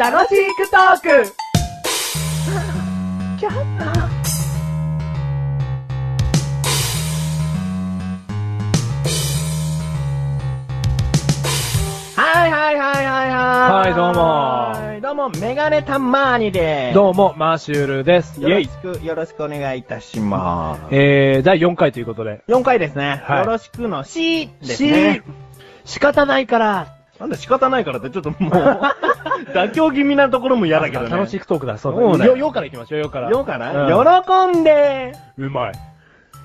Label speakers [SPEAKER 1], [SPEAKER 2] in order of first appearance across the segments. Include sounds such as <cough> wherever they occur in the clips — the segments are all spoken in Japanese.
[SPEAKER 1] 楽しくトークはいはいはいはいはい。
[SPEAKER 2] はいどう
[SPEAKER 1] も。どうも、メガネたまーにでーす。
[SPEAKER 2] どうも、マーシュールです。イ
[SPEAKER 1] よ
[SPEAKER 2] ェ
[SPEAKER 1] ろ
[SPEAKER 2] イ
[SPEAKER 1] し。く、よろしくお願いいたします。
[SPEAKER 2] えー、第4回ということで。
[SPEAKER 1] 4回ですね。
[SPEAKER 2] はい
[SPEAKER 1] よろしくの C ですね。
[SPEAKER 2] 仕方ないから。
[SPEAKER 1] なんで仕方ないからって、ちょっともう、 <laughs> 妥協気味なところも嫌だけどね。
[SPEAKER 2] 楽し
[SPEAKER 1] く。
[SPEAKER 2] くトークだ。そう
[SPEAKER 1] そう
[SPEAKER 2] だ。
[SPEAKER 1] だよ
[SPEAKER 2] よ、よから行きましょう、よから。
[SPEAKER 1] よかな、
[SPEAKER 2] うん
[SPEAKER 1] 喜んで
[SPEAKER 2] うまい。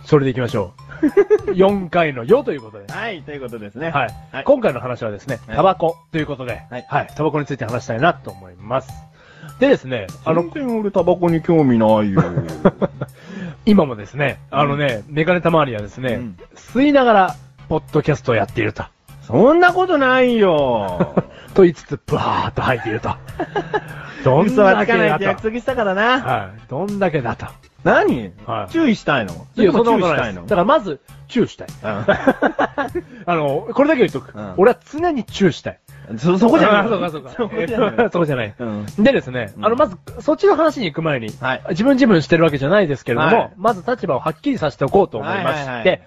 [SPEAKER 2] それで行きましょ
[SPEAKER 1] <laughs>
[SPEAKER 2] う。4回のよということで。
[SPEAKER 1] はい、ということですね。
[SPEAKER 2] はい
[SPEAKER 1] はい。
[SPEAKER 2] 今回の話はですね、
[SPEAKER 1] はい
[SPEAKER 2] タバコということで。
[SPEAKER 1] はい
[SPEAKER 2] はい。タバコについて話したいなと思います。でですね、あの、
[SPEAKER 1] 然俺タバコに興味な
[SPEAKER 2] <laughs>
[SPEAKER 1] いよ。
[SPEAKER 2] 今もですね、あのね、メガネたまわりはです
[SPEAKER 1] う
[SPEAKER 2] ね
[SPEAKER 1] ん、
[SPEAKER 2] 吸いながら、ポッドキャストをやっていると。
[SPEAKER 1] そんなことないよ。
[SPEAKER 2] と言いつつ、ブワーっと吐いている
[SPEAKER 1] <laughs>
[SPEAKER 2] と。どん
[SPEAKER 1] 嘘は
[SPEAKER 2] だ
[SPEAKER 1] つか
[SPEAKER 2] け
[SPEAKER 1] ないっ
[SPEAKER 2] だ
[SPEAKER 1] て
[SPEAKER 2] と
[SPEAKER 1] 約。束したからな。
[SPEAKER 2] はい。どんだけだと。
[SPEAKER 1] <laughs> 何、
[SPEAKER 2] はい
[SPEAKER 1] 注意したいの
[SPEAKER 2] いや、そんな
[SPEAKER 1] 注
[SPEAKER 2] こ
[SPEAKER 1] 意
[SPEAKER 2] と
[SPEAKER 1] し
[SPEAKER 2] な
[SPEAKER 1] た
[SPEAKER 2] いで
[SPEAKER 1] い
[SPEAKER 2] す。
[SPEAKER 1] の
[SPEAKER 2] だからまず、チューしたい。あの、これだけは言っとく。
[SPEAKER 1] うん
[SPEAKER 2] 俺は常にチューしたい。
[SPEAKER 1] うんそ、そこじゃない。
[SPEAKER 2] あそうかそうか。
[SPEAKER 1] そこじゃ
[SPEAKER 2] え
[SPEAKER 1] な
[SPEAKER 2] っと
[SPEAKER 1] い。
[SPEAKER 2] そこじゃない。
[SPEAKER 1] うん。
[SPEAKER 2] でですね、
[SPEAKER 1] うん
[SPEAKER 2] あの、まず、そっちの話に行く前に、
[SPEAKER 1] はい。
[SPEAKER 2] 自分自分してるわけじゃないですけれども、
[SPEAKER 1] はい
[SPEAKER 2] まず立場をはっきりさせておこうと思いまして、
[SPEAKER 1] はいはいはい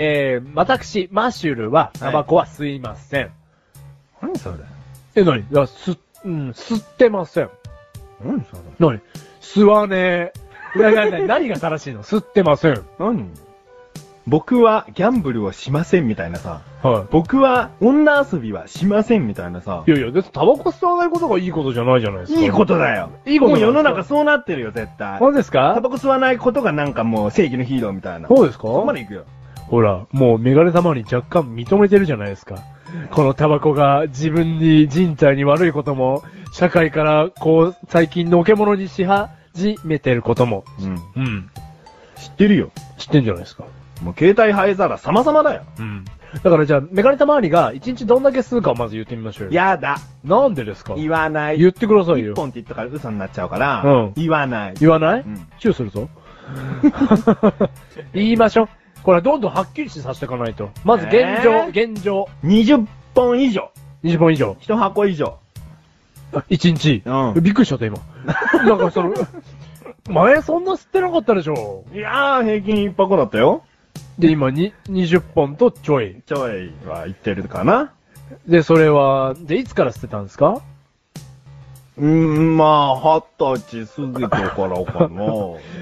[SPEAKER 2] えー、私、マッシュルは、タバコは吸いません。
[SPEAKER 1] 何それ
[SPEAKER 2] え、何いや、吸っ、うん、吸ってません。
[SPEAKER 1] 何それ
[SPEAKER 2] 何吸わねえ。いやいやいや何が正しいの吸ってません。
[SPEAKER 1] 何僕はギャンブルをしませんみたいなさ。
[SPEAKER 2] は
[SPEAKER 1] 僕は女遊びはしませんみたいなさ
[SPEAKER 2] い。。いやいや、だってタバコ吸わないことがいいことじゃないじゃないですか。
[SPEAKER 1] いいことだよ。
[SPEAKER 2] いいことな
[SPEAKER 1] もう
[SPEAKER 2] で
[SPEAKER 1] ん
[SPEAKER 2] す
[SPEAKER 1] 世
[SPEAKER 2] か
[SPEAKER 1] の中そうなってるよ、絶対。
[SPEAKER 2] そうです
[SPEAKER 1] タ
[SPEAKER 2] か
[SPEAKER 1] バコ吸わないことがなんかもう正義のヒーローみたいな。
[SPEAKER 2] そうですか
[SPEAKER 1] そこまで行くよ。
[SPEAKER 2] ほら、もうメガネ様に若干認めてるじゃないですか。このタバコが自分に人体に悪いことも、社会からこう、最近のけ者にし始めてることも。
[SPEAKER 1] うん。
[SPEAKER 2] うん。
[SPEAKER 1] 知ってるよ。
[SPEAKER 2] 知ってんじゃないですか。
[SPEAKER 1] もう携帯灰皿様々だよ。
[SPEAKER 2] うん。だからじゃあ、メガネたまわりが一日どんだけ吸うかをまず言ってみましょうよ。、
[SPEAKER 1] やだ。
[SPEAKER 2] なんでですか
[SPEAKER 1] 言わない。
[SPEAKER 2] 言ってください
[SPEAKER 1] 一
[SPEAKER 2] よ。
[SPEAKER 1] 本って言ったから嘘になっちゃうから、
[SPEAKER 2] うん
[SPEAKER 1] 言わない。
[SPEAKER 2] 言わない、
[SPEAKER 1] うん
[SPEAKER 2] チューするぞ。 <laughs> 言いましょう。これはどんどんはっきりさせていかないと。まず現状、
[SPEAKER 1] え
[SPEAKER 2] 現状。
[SPEAKER 1] 20本以上。
[SPEAKER 2] 20本以上。
[SPEAKER 1] 1箱以上。
[SPEAKER 2] 1日。
[SPEAKER 1] うん
[SPEAKER 2] びっくりしちゃった、
[SPEAKER 1] <laughs>
[SPEAKER 2] 今。なんかその、前そんな吸ってなかったでしょ。
[SPEAKER 1] いやー、平均1箱だったよ。
[SPEAKER 2] で、今に、20本とちょい。
[SPEAKER 1] ちょいは言ってるかな。
[SPEAKER 2] で、それは、で、いつから吸ってたんですか
[SPEAKER 1] うーん、まあ、二十歳過ぎてからかな。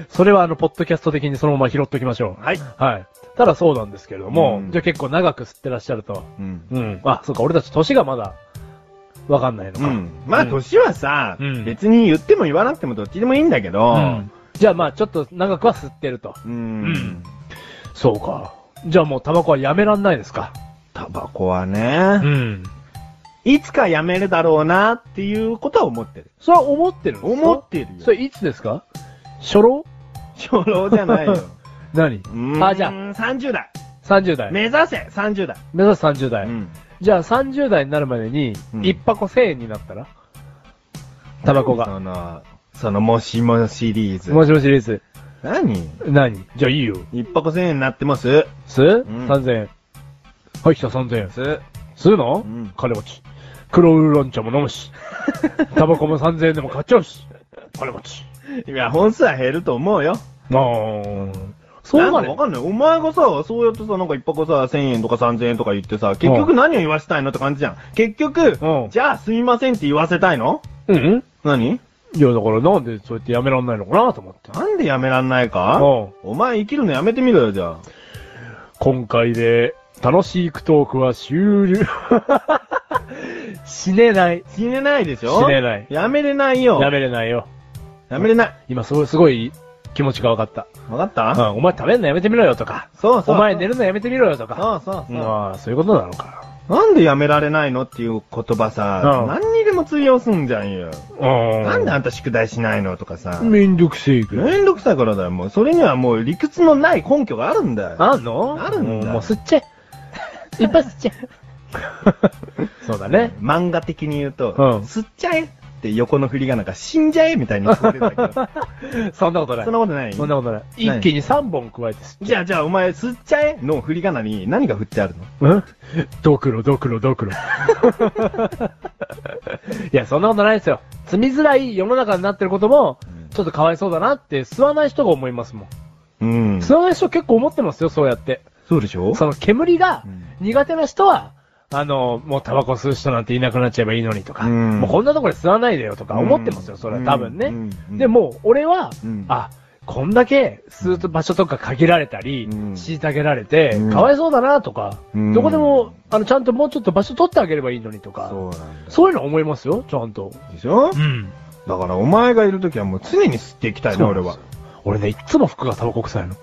[SPEAKER 2] そ <laughs> れは、あの、ポッドキャスト的にそのまま拾っときましょ
[SPEAKER 1] はい。
[SPEAKER 2] う。はい。ただそうなんですけれども、
[SPEAKER 1] うん
[SPEAKER 2] じゃあ結構長く吸ってらっしゃると。
[SPEAKER 1] うん。
[SPEAKER 2] うん。あ、そうか、俺たち年がまだ、わかんないの
[SPEAKER 1] う
[SPEAKER 2] か。
[SPEAKER 1] ん。まあ、年はさ、
[SPEAKER 2] うん
[SPEAKER 1] 別に言っても言わなくてもどっちでもいいんだけど、
[SPEAKER 2] うんじゃあまあちょっと長くは吸ってると。
[SPEAKER 1] うん。
[SPEAKER 2] んそうか。じゃあもうタバコはやめらんないですか。
[SPEAKER 1] タバコはね、
[SPEAKER 2] ん。
[SPEAKER 1] いつかやめるだろうなっていうことは思ってる。
[SPEAKER 2] それは思ってるんですか
[SPEAKER 1] 思ってる
[SPEAKER 2] そ
[SPEAKER 1] よ。
[SPEAKER 2] れいつですか初老
[SPEAKER 1] 初老じゃないよ。
[SPEAKER 2] 何
[SPEAKER 1] うー
[SPEAKER 2] <laughs>
[SPEAKER 1] ん
[SPEAKER 2] あじゃあ
[SPEAKER 1] 30代。
[SPEAKER 2] ?30 代。
[SPEAKER 1] 目指せ !30 代。
[SPEAKER 2] 目指す30代。
[SPEAKER 1] ん。
[SPEAKER 2] じゃあ30代になるまでに、
[SPEAKER 1] うん
[SPEAKER 2] 一箱1000円になったらタバコが。
[SPEAKER 1] その、その、もしもシリーズ。
[SPEAKER 2] もしもしリーズ。
[SPEAKER 1] 何
[SPEAKER 2] 何じゃあいいよ。
[SPEAKER 1] 一箱千円になってます。
[SPEAKER 2] す、
[SPEAKER 1] ん
[SPEAKER 2] ?3000 円。はい、来た3000円。
[SPEAKER 1] す。
[SPEAKER 2] するの、
[SPEAKER 1] うん
[SPEAKER 2] 金持ち。黒ウーロン茶も飲むし。 <laughs> タバコも3000円でも買っちゃうし。金持ち。
[SPEAKER 1] いや、本数は減ると思うよ。
[SPEAKER 2] あー。そう
[SPEAKER 1] な
[SPEAKER 2] なん
[SPEAKER 1] か
[SPEAKER 2] の
[SPEAKER 1] わかんない。お前がさ、そうやってさ、なんか一箱さ、1000円とか3000円とか言ってさ、結局何を言わせたいのって感じじゃん。結局、
[SPEAKER 2] うん
[SPEAKER 1] じゃあすみませんって言わせたいの
[SPEAKER 2] うん
[SPEAKER 1] 何
[SPEAKER 2] いや、だからなんでそうやってやめらんないのかなと思って。
[SPEAKER 1] なんでやめらんないか
[SPEAKER 2] うん
[SPEAKER 1] お前生きるのやめてみろよ、じゃあ。
[SPEAKER 2] 今回で、楽しいクトークは終了。 <laughs> 死ねない。
[SPEAKER 1] 死ねないでしょ
[SPEAKER 2] 死ねない
[SPEAKER 1] やめれないよ。
[SPEAKER 2] やめれないよ。
[SPEAKER 1] やめれない。
[SPEAKER 2] 今、すごい、すごい気持ちが分かった。
[SPEAKER 1] わ
[SPEAKER 2] う
[SPEAKER 1] かった
[SPEAKER 2] ん、お前食べるのやめてみろよとか。
[SPEAKER 1] そうそう。
[SPEAKER 2] お前寝るのやめてみろよとか。
[SPEAKER 1] そうそうそう
[SPEAKER 2] うん、ああ、そういうことなのか。
[SPEAKER 1] なんでやめられないのっていう言葉さ、
[SPEAKER 2] うん
[SPEAKER 1] 何にでも通用すんじゃんよ。
[SPEAKER 2] うん
[SPEAKER 1] なんであんた宿題しないのとかさ。
[SPEAKER 2] めんどくせえくらい。
[SPEAKER 1] めんどくさいからだよ、もう。それにはもう理屈のない根拠があるんだよ。
[SPEAKER 2] あんの
[SPEAKER 1] あるんだ
[SPEAKER 2] もう吸っちゃ <laughs> え。い <laughs> っぱい吸っちゃえ。そうだね。
[SPEAKER 1] 漫画的に言うと、
[SPEAKER 2] うん
[SPEAKER 1] 吸っちゃえ。って横の振りがなんか死んじゃえみたいに聞こえるんだけ
[SPEAKER 2] <laughs>
[SPEAKER 1] ど。
[SPEAKER 2] そんなことない。
[SPEAKER 1] そんなことない
[SPEAKER 2] そんなことない。
[SPEAKER 1] ない
[SPEAKER 2] 一気に3本加えて吸っ
[SPEAKER 1] じゃあじゃあお前吸っちゃえの振り仮名に何が振ってあるの
[SPEAKER 2] うん <laughs> ドクロ、ドクロ、ドク <laughs> ロ。いや、そんなことないですよ。積みづらい世の中になってることも
[SPEAKER 1] うん、
[SPEAKER 2] ちょっとかわいそうだなって、吸わない人が思いますもん。
[SPEAKER 1] うん。
[SPEAKER 2] 吸わない人結構思ってますよ、そうやって。
[SPEAKER 1] そうでしょ
[SPEAKER 2] その煙が
[SPEAKER 1] うん
[SPEAKER 2] 苦手な人は、あの、もうタバコ吸う人なんていなくなっちゃえばいいのにとか、
[SPEAKER 1] うん
[SPEAKER 2] もうこんなところで吸わないでよとか思ってますよ、
[SPEAKER 1] うん
[SPEAKER 2] それは多分ね。
[SPEAKER 1] うんうん
[SPEAKER 2] でも、俺は、
[SPEAKER 1] うん
[SPEAKER 2] あ、こんだけ吸う場所とか限られたり、
[SPEAKER 1] うん
[SPEAKER 2] 虐げられて、
[SPEAKER 1] うん
[SPEAKER 2] かわいそうだなとか、
[SPEAKER 1] うん
[SPEAKER 2] どこでも、あの、ちゃんともうちょっと場所取ってあげればいいのにとか、
[SPEAKER 1] そうなんだ。
[SPEAKER 2] そういうの思いますよ、ちゃんと。
[SPEAKER 1] でしょ
[SPEAKER 2] ん。
[SPEAKER 1] だからお前がいるときはもう常に吸っていきたいな、
[SPEAKER 2] そうな
[SPEAKER 1] 俺
[SPEAKER 2] んです
[SPEAKER 1] は
[SPEAKER 2] よ。俺ね、いっつも服がタバコ臭
[SPEAKER 1] <laughs>
[SPEAKER 2] いの。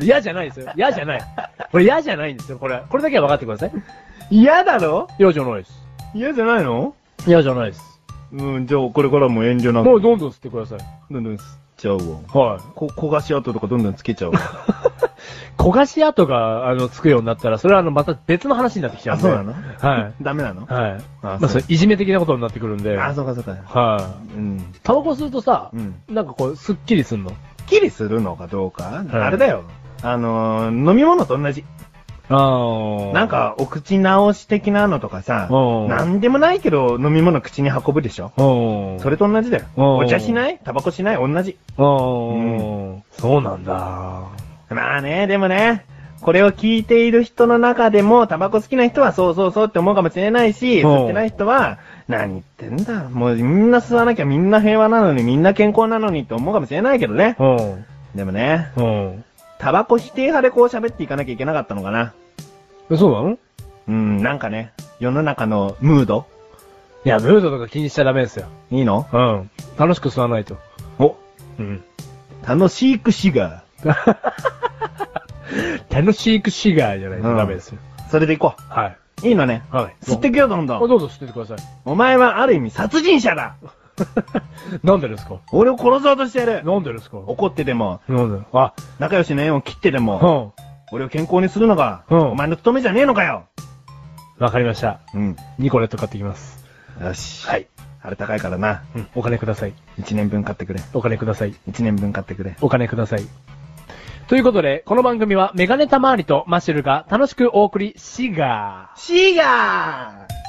[SPEAKER 2] 嫌じゃないですよ。嫌じゃない。これ嫌じゃないんですよ、これ。これだけは分かってください。
[SPEAKER 1] 嫌だろ
[SPEAKER 2] 嫌じゃないです。
[SPEAKER 1] 嫌じゃないの
[SPEAKER 2] 嫌じゃないです。
[SPEAKER 1] うん、じゃあこれからも遠慮なく。
[SPEAKER 2] もうどんどん吸ってください。
[SPEAKER 1] どんどん吸っちゃうわ。
[SPEAKER 2] はい。
[SPEAKER 1] こ焦がし跡とかどんどんつけちゃうわ。
[SPEAKER 2] 焦がし跡が、あの、つくようになったら、それはあの、また別の話になってきちゃうんで。
[SPEAKER 1] <laughs> あそうなの
[SPEAKER 2] はい。
[SPEAKER 1] ダメなの
[SPEAKER 2] はい。
[SPEAKER 1] あ
[SPEAKER 2] まあ、それ、いじめ的なことになってくるんで。
[SPEAKER 1] あ、そうかそうか。
[SPEAKER 2] はい。
[SPEAKER 1] うん。
[SPEAKER 2] タバコ吸うとさ、
[SPEAKER 1] うん
[SPEAKER 2] なんかこう、すっきりすんの。
[SPEAKER 1] キリするのかどうか、
[SPEAKER 2] い
[SPEAKER 1] あれだよ。あのー、飲み物と同じ。
[SPEAKER 2] あ
[SPEAKER 1] なん、か、お口直し的なのとかさ、
[SPEAKER 2] うん
[SPEAKER 1] なんでもないけど、飲み物口に運ぶでしょ
[SPEAKER 2] うん。
[SPEAKER 1] それと同じだよ。
[SPEAKER 2] うん
[SPEAKER 1] お茶しないタバコしない同じ。
[SPEAKER 2] うん、そうなんだ。
[SPEAKER 1] まあね、でもね、これを聞いている人の中でも、タバコ好きな人はそうそうそうって思うかもしれないし、
[SPEAKER 2] うん
[SPEAKER 1] 吸ってない人は、何言ってんだ、もうみんな吸わなきゃみんな平和なのに、みんな健康なのにって思うかもしれないけどね。
[SPEAKER 2] うん。
[SPEAKER 1] でもね、
[SPEAKER 2] うん。
[SPEAKER 1] タバコ否定派でこう喋っていかなきゃいけなかったのかな。
[SPEAKER 2] えそうなの
[SPEAKER 1] うん、なんかね、世の中のムード
[SPEAKER 2] いや、ムードとか気にしちゃダメですよ。
[SPEAKER 1] いいの
[SPEAKER 2] うん。楽しく吸わないと。
[SPEAKER 1] お、
[SPEAKER 2] うん。
[SPEAKER 1] 楽しくシガ
[SPEAKER 2] 楽しくシガーじゃないと
[SPEAKER 1] うん
[SPEAKER 2] ダメですよ。
[SPEAKER 1] ー。それでいこ
[SPEAKER 2] はい。
[SPEAKER 1] う。いいのね。
[SPEAKER 2] はい。
[SPEAKER 1] 吸ってくよ、どんど
[SPEAKER 2] あど
[SPEAKER 1] ん。
[SPEAKER 2] うぞ吸っててください。
[SPEAKER 1] お前はある意味殺人者だ
[SPEAKER 2] なんでですか
[SPEAKER 1] 俺を殺そうとしてやる
[SPEAKER 2] なんでですか
[SPEAKER 1] 怒ってても、
[SPEAKER 2] なんであ、
[SPEAKER 1] 仲良しの縁を切ってで
[SPEAKER 2] う
[SPEAKER 1] も、
[SPEAKER 2] ん。
[SPEAKER 1] 俺を健康にするのが、
[SPEAKER 2] うん
[SPEAKER 1] お前の務めじゃねえのかよ
[SPEAKER 2] わかりました。
[SPEAKER 1] うん。
[SPEAKER 2] ニコレット買ってきます。
[SPEAKER 1] よし。
[SPEAKER 2] はい。
[SPEAKER 1] あれ高いからな。
[SPEAKER 2] うん。お金ください。
[SPEAKER 1] 一年分買ってくれ。
[SPEAKER 2] お金ください。
[SPEAKER 1] 一年分買ってくれ。
[SPEAKER 2] お金ください。ということで、この番組はメガネたまわりとマシュルが楽しくお送り、シガー。
[SPEAKER 1] シガー